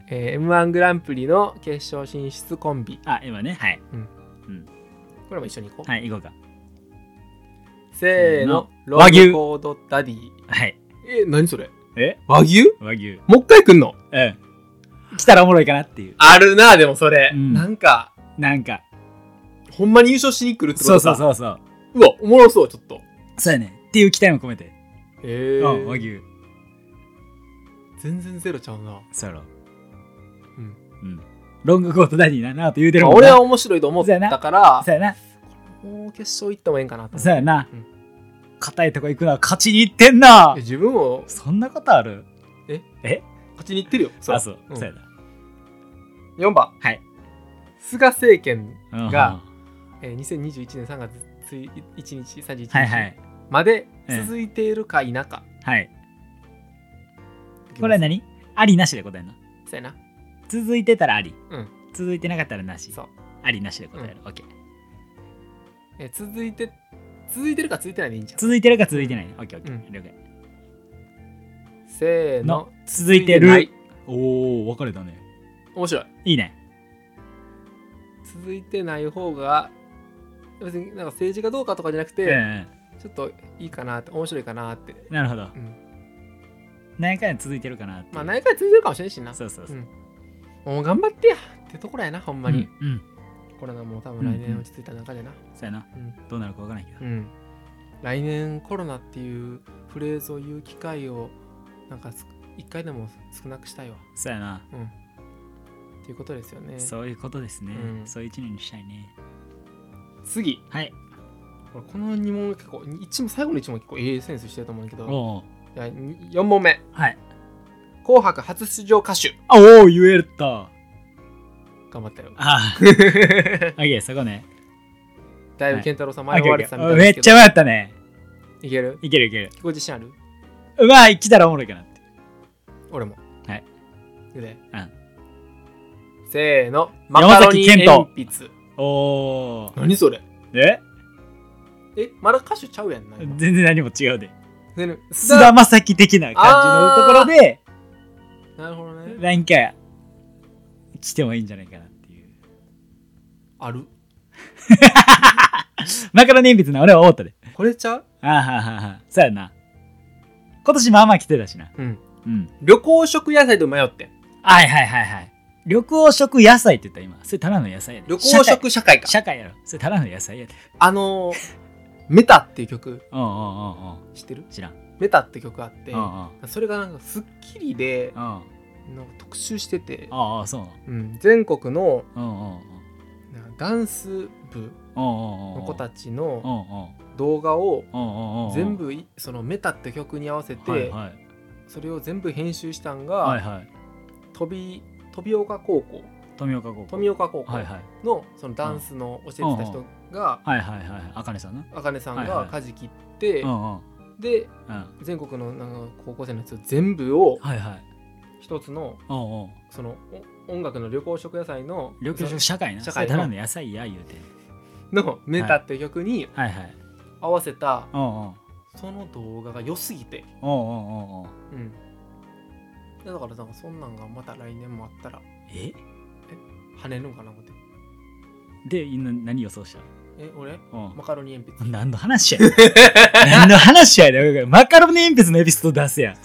Speaker 2: えー、m 1グランプリの決勝進出コンビ
Speaker 1: あ、今ね。はい。
Speaker 2: これも一緒に行こう、
Speaker 1: はい、行こうか。
Speaker 2: せーのロ
Speaker 1: 和牛
Speaker 2: ングコードダディ
Speaker 1: はい。
Speaker 2: え何それ
Speaker 1: え
Speaker 2: 和牛
Speaker 1: 和牛。
Speaker 2: もう一回来んの
Speaker 1: うん。来たらおもろいかなっていう。
Speaker 2: あるなでもそれ、
Speaker 1: うん
Speaker 2: なんか
Speaker 1: なんか。
Speaker 2: ほんまに優勝しに来るってこと
Speaker 1: そ
Speaker 2: か
Speaker 1: うそうそうそう。
Speaker 2: うわおもろそうちょっと
Speaker 1: そうやね。っていう期待も込めて。
Speaker 2: へえ
Speaker 1: うん、和牛。
Speaker 2: 全然ゼロちゃうな。
Speaker 1: そうやろ。
Speaker 2: うん。
Speaker 1: うん。ロングコートダディななと言うてる
Speaker 2: まあ
Speaker 1: もん
Speaker 2: 俺
Speaker 1: な。
Speaker 2: は面白いと思ったから
Speaker 1: そう、やな。
Speaker 2: もう決勝行ってもええんかなと思って
Speaker 1: そうやな
Speaker 2: うん。
Speaker 1: 硬いとこ行くのは勝ちに行ってんな
Speaker 2: え。自分を
Speaker 1: そんなことある
Speaker 2: 勝ちに行ってるよ。
Speaker 1: あ、そう。
Speaker 2: ん
Speaker 1: そうやな。
Speaker 2: 4番、
Speaker 1: はい。
Speaker 2: 菅政権、
Speaker 1: うん
Speaker 2: が、えー、2021年3月1日、31
Speaker 1: はいはい
Speaker 2: 日。まで
Speaker 1: うん
Speaker 2: 続いているか否か。
Speaker 1: はい。これは何ありなしで答えんの
Speaker 2: そうやな。
Speaker 1: 続いてたらあり。
Speaker 2: うん
Speaker 1: 続いてなかったらなし。
Speaker 2: そう。
Speaker 1: ありなしで答える。オッケー。
Speaker 2: えー続いて、続いてるか続いてないでいいんじゃん。
Speaker 1: 続いてるか続いてないの。オッケーオッケ
Speaker 2: う
Speaker 1: ー。了解。
Speaker 2: せーの
Speaker 1: の。続いてる
Speaker 2: ない
Speaker 1: おお、分かれたね。
Speaker 2: 面白い。
Speaker 1: いいね。
Speaker 2: 続いてない方が、別になんか政治がどうかとかじゃなく
Speaker 1: う
Speaker 2: て、
Speaker 1: んうん。
Speaker 2: ちょっといいかなって、面白いかなって。
Speaker 1: なるほど
Speaker 2: う。ん
Speaker 1: 何回も続いてるかなっていう
Speaker 2: まあ、何回続いてるかもしれんしな。
Speaker 1: そうそうそう。
Speaker 2: うんもう頑張ってやってところやな、ほんまに。
Speaker 1: うん。うん
Speaker 2: コロナも多分来年落ち着いた中でな。
Speaker 1: そうやな。
Speaker 2: うん。
Speaker 1: どうなるか分からないけど
Speaker 2: う。ん来年コロナっていうフレーズを言う機会を、なんかす一回でも少なくしたいわ。
Speaker 1: そうやな。
Speaker 2: うん。っていうことですよね。
Speaker 1: そういうことですね
Speaker 2: う。ん
Speaker 1: そういう一年にしたいね。
Speaker 2: 次、
Speaker 1: はい。
Speaker 2: これこの2問結構、一問最後の1問結構ええセンスしてると思うんだけど、
Speaker 1: おお。
Speaker 2: 4問目、
Speaker 1: はい。
Speaker 2: 紅白初出場歌手。
Speaker 1: あおお、言えると。。
Speaker 2: 頑張ったよ
Speaker 1: ああ。オッケー、そこね。
Speaker 2: だいぶ健太郎さん
Speaker 1: オ
Speaker 2: 迷
Speaker 1: ッケーオ
Speaker 2: わ
Speaker 1: ッ
Speaker 2: れ
Speaker 1: ケ
Speaker 2: てたみた
Speaker 1: ー
Speaker 2: い
Speaker 1: め
Speaker 2: です
Speaker 1: っ
Speaker 2: け
Speaker 1: ち
Speaker 2: ど。
Speaker 1: ゃ迷ったね。
Speaker 2: いける
Speaker 1: いけるいける。
Speaker 2: 結構自信ある
Speaker 1: うわ、来たらおもろいかなって。
Speaker 2: 俺も。
Speaker 1: はい。
Speaker 2: で、
Speaker 1: うん
Speaker 2: せーの、マ
Speaker 1: 山
Speaker 2: カロ
Speaker 1: 崎
Speaker 2: ニ
Speaker 1: 賢
Speaker 2: 鉛
Speaker 1: 人
Speaker 2: 筆。
Speaker 1: おお。
Speaker 2: 何それ
Speaker 1: え
Speaker 2: え、まだ歌手ちゃうやんな。
Speaker 1: 全然何も違うで。
Speaker 2: で
Speaker 1: 菅田将暉的な感じのところで、
Speaker 2: なるほどね。
Speaker 1: なんか、来てもいいんじゃないかなっていう。
Speaker 2: ある。
Speaker 1: マカロニ鉛筆な、俺は思ったで。
Speaker 2: これちゃう
Speaker 1: あーはーはーはーそうやな。今年まあまあ来てたしな。
Speaker 2: うん。
Speaker 1: うん。
Speaker 2: 旅行食野菜と迷ってん。
Speaker 1: はいはいはいはい。緑黄色野菜って言った今。それただの野菜やで。
Speaker 2: 旅行
Speaker 1: 社会
Speaker 2: 食社会か。
Speaker 1: 社会やろ。それただの野菜やで。
Speaker 2: あのー、メタっていう曲
Speaker 1: うんうんうんうん。
Speaker 2: 知ってる
Speaker 1: 知らん。
Speaker 2: メタって曲あって
Speaker 1: うんう、ん。
Speaker 2: それがなんかスッキリで
Speaker 1: うん。あ
Speaker 2: なんか特集してて、
Speaker 1: あ、そうな
Speaker 2: うん、全国の
Speaker 1: の。
Speaker 2: なんかダンス
Speaker 1: う
Speaker 2: 部
Speaker 1: んうんうん。うんうんうん。
Speaker 2: の子たち
Speaker 1: うん
Speaker 2: の
Speaker 1: うん
Speaker 2: 動画を
Speaker 1: うんうんうん。
Speaker 2: 全部いそのメタって曲に合わせて、
Speaker 1: はいはい。
Speaker 2: それを全部編集したんが、
Speaker 1: はいはい。
Speaker 2: 飛び飛岡高校
Speaker 1: 富岡高校。
Speaker 2: 富岡高校
Speaker 1: はいはい。
Speaker 2: の,、そのダンスの教えてた人が、
Speaker 1: はいはいはいはい。あかねさんな。
Speaker 2: あかねさん
Speaker 1: はいはい
Speaker 2: が舵切って、
Speaker 1: うんうん。うん。
Speaker 2: で全国のなんか高校生のやつを全部を
Speaker 1: はいはい。
Speaker 2: 一つの
Speaker 1: おうおう
Speaker 2: そのお音楽の旅行食野菜の
Speaker 1: 旅行
Speaker 2: そ
Speaker 1: 所社会な
Speaker 2: 社
Speaker 1: 社
Speaker 2: 会
Speaker 1: 会
Speaker 2: の
Speaker 1: ただの野菜や言うて
Speaker 2: の「メタ」っていう曲に
Speaker 1: はいはい
Speaker 2: 合わせた
Speaker 1: おうおう
Speaker 2: その動画が良すぎて
Speaker 1: おうおうおうおう
Speaker 2: うんでだからなんかそんなんがまた来年もあったら
Speaker 1: え
Speaker 2: 跳ねるんかな思って
Speaker 1: で今何予想した
Speaker 2: え俺
Speaker 1: うん
Speaker 2: マカロニ鉛筆
Speaker 1: 何の話やねん何の話やねんマカロニ鉛筆のエピソード出すやん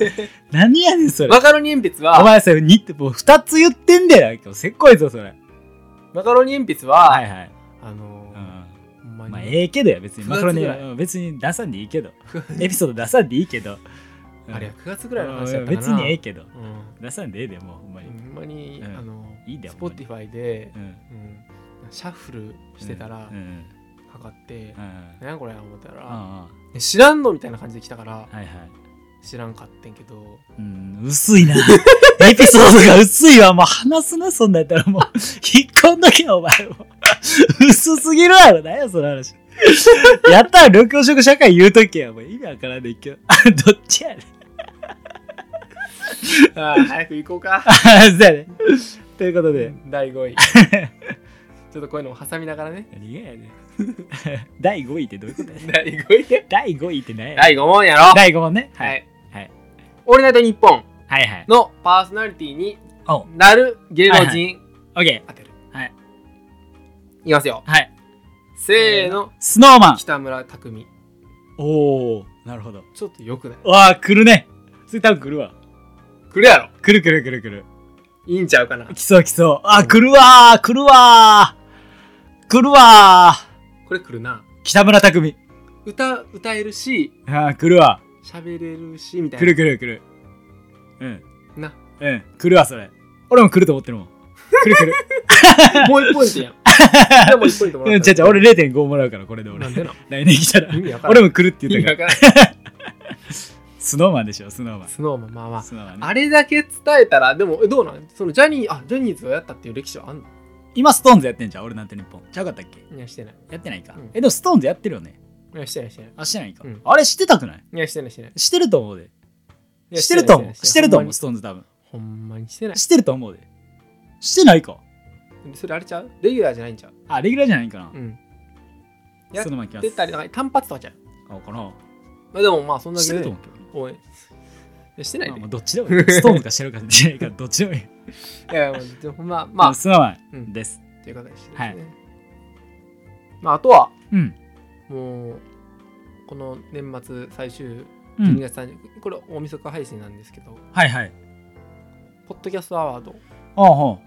Speaker 1: 何やねん それ
Speaker 2: マカロニ鉛筆
Speaker 1: お
Speaker 2: は
Speaker 1: 前さにってもう2つ言ってんだよ今日せっこいぞそれ
Speaker 2: マカロニ鉛筆は、
Speaker 1: はいはい、
Speaker 2: あの
Speaker 1: う
Speaker 2: ー
Speaker 1: ん、
Speaker 2: ほんま
Speaker 1: まあ
Speaker 2: に
Speaker 1: ええけどや別に
Speaker 2: 9
Speaker 1: マカロニ
Speaker 2: 月ぐら
Speaker 1: は別に出さんでいいけどエピソード出さんでいいけど
Speaker 2: あれは9月ぐらいの話
Speaker 1: う
Speaker 2: だ
Speaker 1: ん
Speaker 2: ったかな
Speaker 1: 別にええけど
Speaker 2: うん
Speaker 1: 出さんでええでもうほんまに、
Speaker 2: ほんまに、
Speaker 1: うん
Speaker 2: あの
Speaker 1: いいで
Speaker 2: ス
Speaker 1: ほん
Speaker 2: ポ
Speaker 1: ま
Speaker 2: ティ
Speaker 1: に
Speaker 2: ファイで
Speaker 1: う、ん
Speaker 2: うん、シャッフルしてたら
Speaker 1: うんうん
Speaker 2: かかって
Speaker 1: うん、
Speaker 2: 何やこれ思った
Speaker 1: うん
Speaker 2: ら
Speaker 1: は
Speaker 2: え知らんのみたいな感じで来たから
Speaker 1: いはい
Speaker 2: 知らんかってんけど
Speaker 1: うん、薄いな。 エピソードが薄いわ。もう話すな、そんなんやったらもう。 引っ込んどけよ、お前も。 薄すぎるやろ。何や、その話。やったら緑黄色社会言うとけよ。もう意味わからんねんけど。 あどっちやねん。
Speaker 2: ああ早く行こうか
Speaker 1: あそうやね。ということ で。
Speaker 2: 第5 位ちょっとこういうのを挟みながらね
Speaker 1: 何がやねん。 第5位ってどういうことやねん。
Speaker 2: 第5位で
Speaker 1: 第5位って何やねん。
Speaker 2: 第5問やろ
Speaker 1: 第5問ね。
Speaker 2: は
Speaker 1: はい。
Speaker 2: い
Speaker 1: はい
Speaker 2: オールナイトニッポン
Speaker 1: はいはい。
Speaker 2: のパーソナリティに
Speaker 1: おう
Speaker 2: なる芸能人
Speaker 1: オッケ
Speaker 2: 当てる
Speaker 1: はい
Speaker 2: いきますよ
Speaker 1: ー。はい。
Speaker 2: せーの
Speaker 1: スノーマン。
Speaker 2: 北村匠海
Speaker 1: おおなるほど。
Speaker 2: ちょっとよくない
Speaker 1: わあ、来るね。それ多分来るわ。
Speaker 2: くるやろ
Speaker 1: 来る来る来る来る。
Speaker 2: いいんちゃうかな
Speaker 1: 来そう来そう。あ、来るわー、来るわー。来るわー。
Speaker 2: これくるな
Speaker 1: 北村匠海。
Speaker 2: 歌歌えるし
Speaker 1: あー、来るわ。
Speaker 2: 喋れるしみたい
Speaker 1: 来
Speaker 2: な
Speaker 1: る来る来る。うん。
Speaker 2: な
Speaker 1: うん。来るわ、それ。俺も来ると思ってるもん。来る来る。
Speaker 2: もう1ポイントやんでも1ポイントもら
Speaker 1: う
Speaker 2: っ
Speaker 1: ん、ち
Speaker 2: た
Speaker 1: ゃちゃ、俺0.5もらうから、これで俺
Speaker 2: な。んでな
Speaker 1: 来年来たら
Speaker 2: 意。味わから
Speaker 1: 俺
Speaker 2: ん
Speaker 1: も来るって
Speaker 2: 意
Speaker 1: 言った
Speaker 2: 味
Speaker 1: か
Speaker 2: わ
Speaker 1: ら。
Speaker 2: からん
Speaker 1: スノーマンでしょ、スノーマン。
Speaker 2: スノーマンまあまあ
Speaker 1: スノーマンね。
Speaker 2: あれだけ伝えたらでもえどうなんそのジャニーあジャニーズをやったっていう歴史はあんの
Speaker 1: 今、ストーンズやってんじゃん、俺なんて日本。ちゃうかったっけ
Speaker 2: いやしてない
Speaker 1: やってないか
Speaker 2: うん。
Speaker 1: え、でもストーンズやってるよね。
Speaker 2: いやしてないしてない
Speaker 1: あ、してないか
Speaker 2: うん。
Speaker 1: あれ、してたくない
Speaker 2: いやしてないしてない
Speaker 1: してると思うで。
Speaker 2: いや
Speaker 1: してると思
Speaker 2: な
Speaker 1: う。
Speaker 2: い
Speaker 1: してると思う、
Speaker 2: な
Speaker 1: ストーンズ多分。
Speaker 2: いほんまにしてない
Speaker 1: してると思うで。してないか。
Speaker 2: それあれちゃうレギュラーじゃないんちゃう
Speaker 1: あ、レギュラーじゃないかな
Speaker 2: う。んや
Speaker 1: そのまま来ます。
Speaker 2: 出たりなんか単発とかじゃん
Speaker 1: あ、かな。
Speaker 2: まあでもまあそんだ
Speaker 1: して
Speaker 2: け
Speaker 1: ると
Speaker 2: で
Speaker 1: 思うけどね
Speaker 2: 応援いやしてな。い
Speaker 1: まあ
Speaker 2: で
Speaker 1: まあどっちでも いい。ストーンとかしてるかじゃないか、どっちでもいい。
Speaker 2: いやいやまあでもほんままあ
Speaker 1: スノーマ
Speaker 2: うん
Speaker 1: ンです。
Speaker 2: という形ですね、
Speaker 1: はい
Speaker 2: まああとは
Speaker 1: うん。
Speaker 2: もうこの年末最終
Speaker 1: う
Speaker 2: 12
Speaker 1: ん。
Speaker 2: 月30、これ大晦日配信なんですけど
Speaker 1: はいはい。
Speaker 2: ポッドキャストアワード
Speaker 1: おうお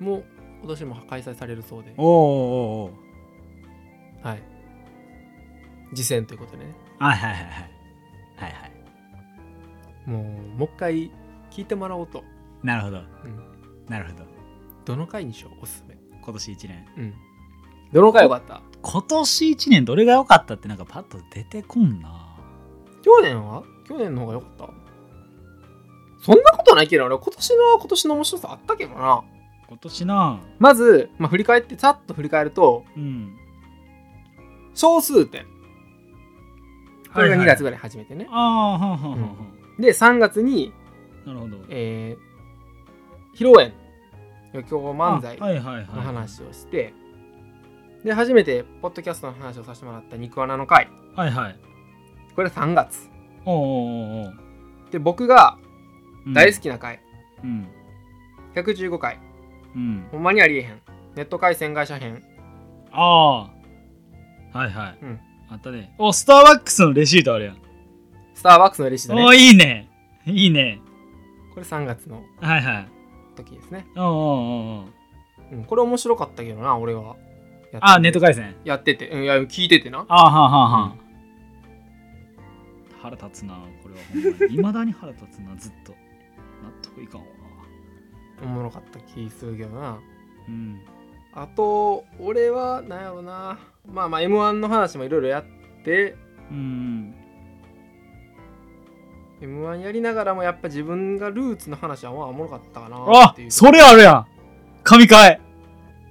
Speaker 1: う
Speaker 2: も今年も開催されるそうで
Speaker 1: おうおうおう
Speaker 2: はい次戦ということでね
Speaker 1: はいはいはいはい。はいはい。
Speaker 2: もうもう一回聞いてもらおうと
Speaker 1: なるほど
Speaker 2: ん。
Speaker 1: なるほど。
Speaker 2: どの回にしようおすすめ
Speaker 1: 今年一年。
Speaker 2: うんどの回よかった
Speaker 1: 今年一年どれが良かったってなんかパッと出てこんな。
Speaker 2: 去年は去年の方が良かったそんなことないけど俺今年の今年の面白さあったけどな
Speaker 1: 今年な。
Speaker 2: まず、まあ、振り返ってさっと振り返ると
Speaker 1: うん。
Speaker 2: 小数点これが2月
Speaker 1: はいはい。
Speaker 2: ぐらい始めてね、
Speaker 1: ああ、はんはんはんは
Speaker 2: で3月に、
Speaker 1: ん。なるほど。
Speaker 2: えー、披露宴余興漫才
Speaker 1: あはいはいはい。
Speaker 2: の話をして、で初めてポッドキャストの話をさせてもらった肉穴の会
Speaker 1: はいはい。
Speaker 2: これ3月
Speaker 1: おうおうおうおう。
Speaker 2: で僕が
Speaker 1: うん
Speaker 2: 大好きな回、
Speaker 1: うん。
Speaker 2: 115回
Speaker 1: うん。
Speaker 2: ほんまにありえへんネット回線会社編
Speaker 1: ああ。はいはい。
Speaker 2: うん
Speaker 1: あったね。お、スターバックスのレシートあるやん。
Speaker 2: スターバックスのレシート
Speaker 1: お
Speaker 2: ね
Speaker 1: ーいいね。いいね。
Speaker 2: これ3月の
Speaker 1: はいはい。
Speaker 2: 時ですね、
Speaker 1: おうおうおうおう
Speaker 2: うん、これ面白かったけどな俺はやって
Speaker 1: あー、ネット回線。
Speaker 2: やってて、うん、いや聞いててな
Speaker 1: あーはんはんはん。腹立つな、これはほんまに。いまだに腹立つな、ずっと。納得いかんわ。
Speaker 2: おもろかった気するけどな
Speaker 1: うん。
Speaker 2: あと俺はなんやろなまあまあ m 1の話もいろいろやって
Speaker 1: うん。
Speaker 2: m 1やりながらもやっぱ自分がルーツの話はまあおもろかったかなっ
Speaker 1: あ
Speaker 2: ていう
Speaker 1: それあるやん。神回。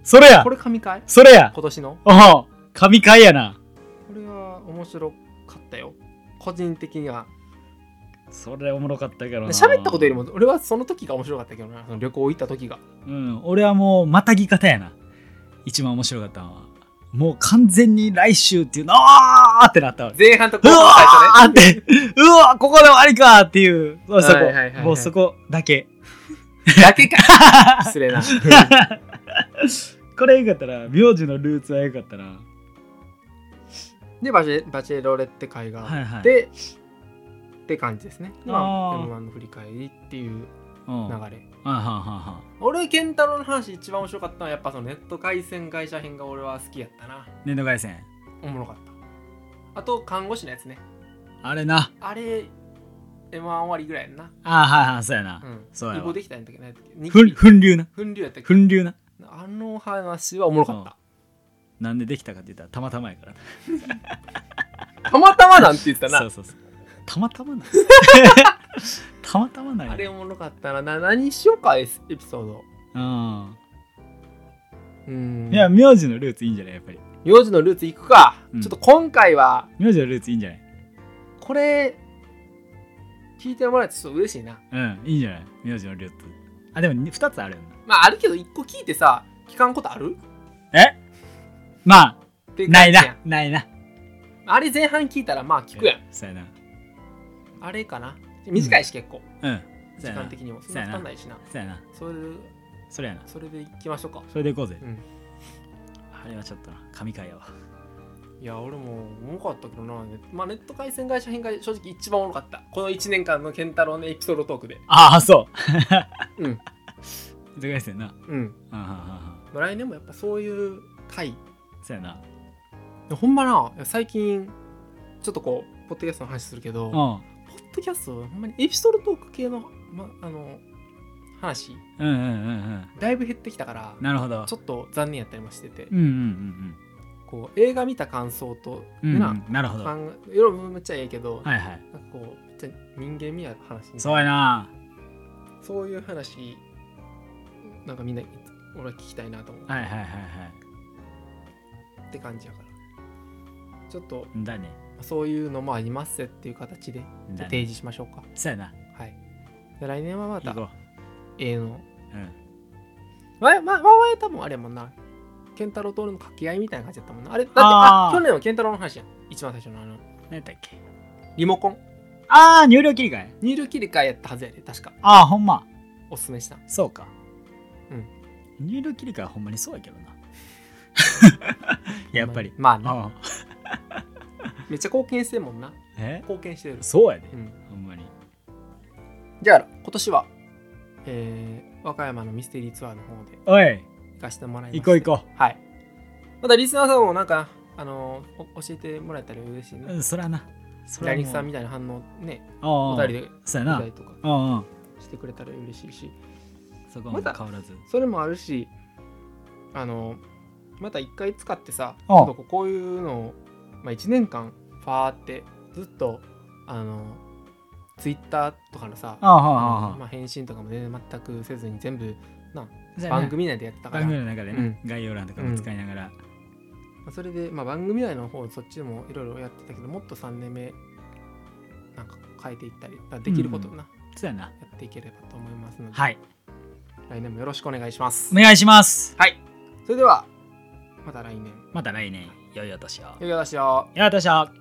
Speaker 1: それや
Speaker 2: こ。れ神回
Speaker 1: それや。
Speaker 2: 今年の
Speaker 1: おう神回やな。
Speaker 2: これは面白かったよ個人的には
Speaker 1: それおもろかったけどな。
Speaker 2: 喋ったことよりも、俺はその時が面白かったけどな、その旅行行った時が。
Speaker 1: うん、俺はもうまたぎ方やな。一番面白かったのは。もう完全に来週っていうの、あーってなったわ。
Speaker 2: 前半と
Speaker 1: う
Speaker 2: 後
Speaker 1: わー
Speaker 2: 半
Speaker 1: って、うわーここで終わりかーっていう、そうそこ、
Speaker 2: はいはいはいはい
Speaker 1: もうそこだけ。
Speaker 2: 最初ね。だけか。失礼な。
Speaker 1: これよかったら、名字のルーツはよかったら。
Speaker 2: で、バチェバチェロレって会が
Speaker 1: はいは
Speaker 2: あ
Speaker 1: い
Speaker 2: って、って感じですね。まあ、
Speaker 1: あー
Speaker 2: M1 の振り返りっていう
Speaker 1: うん。
Speaker 2: 流
Speaker 1: はいはい
Speaker 2: れ。
Speaker 1: は
Speaker 2: 俺、ケンタロウの話一番面白かったのは、やっぱそのネット回線会社編が俺は好きやったな。
Speaker 1: い。年度改戦。
Speaker 2: おもろかった。あと、看護師のやつね。
Speaker 1: あれな。
Speaker 2: あれ、M1 終わりぐらいやんな。
Speaker 1: あーはいはい、そうやな
Speaker 2: う。ん。
Speaker 1: そうやわ
Speaker 2: 移行できたんだけどね。に
Speaker 1: ふん粉流な。
Speaker 2: 分流やったっけ
Speaker 1: 粉流な。
Speaker 2: あの話はおもろかった。
Speaker 1: なんでできたかって言ったら、たまたまやから。
Speaker 2: たまたまなんて言ってた
Speaker 1: そう
Speaker 2: な。
Speaker 1: そうそう。たまたまな。 たまたまなんや
Speaker 2: あれおもろかったな。な何しようか、エスエピソード。
Speaker 1: うん。
Speaker 2: うん。
Speaker 1: いや、名字のルーツいいんじゃないやっぱり。
Speaker 2: 幼児のルーツ行くか。
Speaker 1: うん
Speaker 2: ちょっと今回は、
Speaker 1: 名字のルーツいいんじゃない
Speaker 2: これ、聞いてもらえてちょっと嬉しいな。
Speaker 1: うん、いいんじゃない名字のルーツ。あ、でもに二つあるよな。
Speaker 2: まあ、あるけど、一個聞いてさ、聞かんことある
Speaker 1: まあ、
Speaker 2: っていう感
Speaker 1: ない
Speaker 2: じやん
Speaker 1: な。。ないな。
Speaker 2: あれ前半聞いたら、まあ聞くやん。
Speaker 1: そうやな。
Speaker 2: あれかな。短いし、結構。
Speaker 1: うん。そう
Speaker 2: 時
Speaker 1: やな
Speaker 2: 間的にも。そん
Speaker 1: そう
Speaker 2: な
Speaker 1: やな
Speaker 2: 負担ないしな。
Speaker 1: そうやな。
Speaker 2: それで、
Speaker 1: それやな。
Speaker 2: それで行きましょうか。
Speaker 1: それでいこうぜ。
Speaker 2: うん。
Speaker 1: あれはちょっとな、神回やわ。
Speaker 2: いや、俺も重かったけどな。まあ、ネット回線会社編が正直一番重かった。この1年間の健太郎のエピソードトークで。。
Speaker 1: ああ、そううんでかいっすよな。
Speaker 2: うん。
Speaker 1: うんうんうんうん。
Speaker 2: 来年もやっぱそういう回。
Speaker 1: そうやな。
Speaker 2: ほんまな、最近、ちょっとこう、ポッドキャストの話するけど、
Speaker 1: うん。
Speaker 2: ポッドキャスト、ほんまにエピソードトーク系の、ま、あの、話、
Speaker 1: うんうんうん
Speaker 2: だいぶ減ってきたから
Speaker 1: うん。、なるほど
Speaker 2: ち。ょっと残念やったりもしてて、
Speaker 1: うんうんうん
Speaker 2: こう、映画見た感想と、
Speaker 1: うん。うんう
Speaker 2: な、
Speaker 1: ん、なるほど。
Speaker 2: ファ
Speaker 1: は
Speaker 2: ン、いろいろめっちゃええけど、
Speaker 1: いはい。
Speaker 2: なんかこう、めっちゃ人間味ある話に
Speaker 1: そうやな。
Speaker 2: そういう話、なんかみんな、俺は聞きたいなと思う、
Speaker 1: はいはいはいは
Speaker 2: って感じやから。ちょっと、
Speaker 1: い。だね。
Speaker 2: そういうのもありますっていう形で、
Speaker 1: だ
Speaker 2: 提
Speaker 1: ね。
Speaker 2: 示しましょうか。
Speaker 1: そうやな。
Speaker 2: はい。で来年はまた
Speaker 1: 行、こ
Speaker 2: ええの。
Speaker 1: う。うん。
Speaker 2: わ、ま、わわや多分あれやもんな。ケンタロウと俺の掛け合いみたいな感じだったもんな。あれ、だって、
Speaker 1: あ
Speaker 2: あ
Speaker 1: ー
Speaker 2: 去年のケンタロウの話やん。一番最初のあの、
Speaker 1: 何やったっけ
Speaker 2: リモコン。
Speaker 1: ああ、入力切り替え。
Speaker 2: 入力切り替えやったはずやで、確か。
Speaker 1: ああ、ほんま。
Speaker 2: おすすめした。
Speaker 1: そうか。
Speaker 2: うん。
Speaker 1: 入力切り替えはほんまにそうやけど な。やっぱり。
Speaker 2: まあな。
Speaker 1: ああ
Speaker 2: めっちゃ貢献してるもんな。
Speaker 1: え
Speaker 2: 貢献してる。
Speaker 1: そうやで
Speaker 2: う。ん。
Speaker 1: ほんまに。
Speaker 2: じゃあ、今年は、えー、和歌山のミステリーツアーの方で
Speaker 1: おい、
Speaker 2: 行かせてもらいま
Speaker 1: 行
Speaker 2: す。
Speaker 1: こう行こ。
Speaker 2: う。はい。またリスナーさんもなんか、あのお教えてもらえたら嬉しいう
Speaker 1: う
Speaker 2: ね。
Speaker 1: ん、そらな。そ
Speaker 2: ジャニーさんみ
Speaker 1: たい
Speaker 2: たいな反応ね、
Speaker 1: な。お
Speaker 2: お
Speaker 1: うおう
Speaker 2: 便りで見
Speaker 1: そうや
Speaker 2: た
Speaker 1: な
Speaker 2: り。とか
Speaker 1: うんうん。
Speaker 2: してくれたら嬉しいし、
Speaker 1: そこはもう変わらず。
Speaker 2: それもあるし、あのまた一回使ってさ、ち
Speaker 1: うん
Speaker 2: ょっとこうこういうのを、まあ、1年間、ファーってずっと、あの、ツイッターとかのさ、
Speaker 1: ああ、はあはあ
Speaker 2: ま
Speaker 1: は
Speaker 2: あ、返信とかも全然全くせずに全部
Speaker 1: あ。そうやな
Speaker 2: 番組内でやってたから、
Speaker 1: 番組の中で
Speaker 2: う
Speaker 1: ね
Speaker 2: ん、
Speaker 1: 概要欄とかも使いながら。
Speaker 2: まあそれで、まあ、番組内の方そっちでもいろいろやってたけどもっと3年目なんか変えていったりまあできることをな、
Speaker 1: そうやな。
Speaker 2: やっていければと思いますので、
Speaker 1: はい。
Speaker 2: 来年もよろしくお願いします
Speaker 1: お願いします。
Speaker 2: それではまた来年
Speaker 1: また来年、良いお年を。
Speaker 2: よいお年を
Speaker 1: 良いお年を。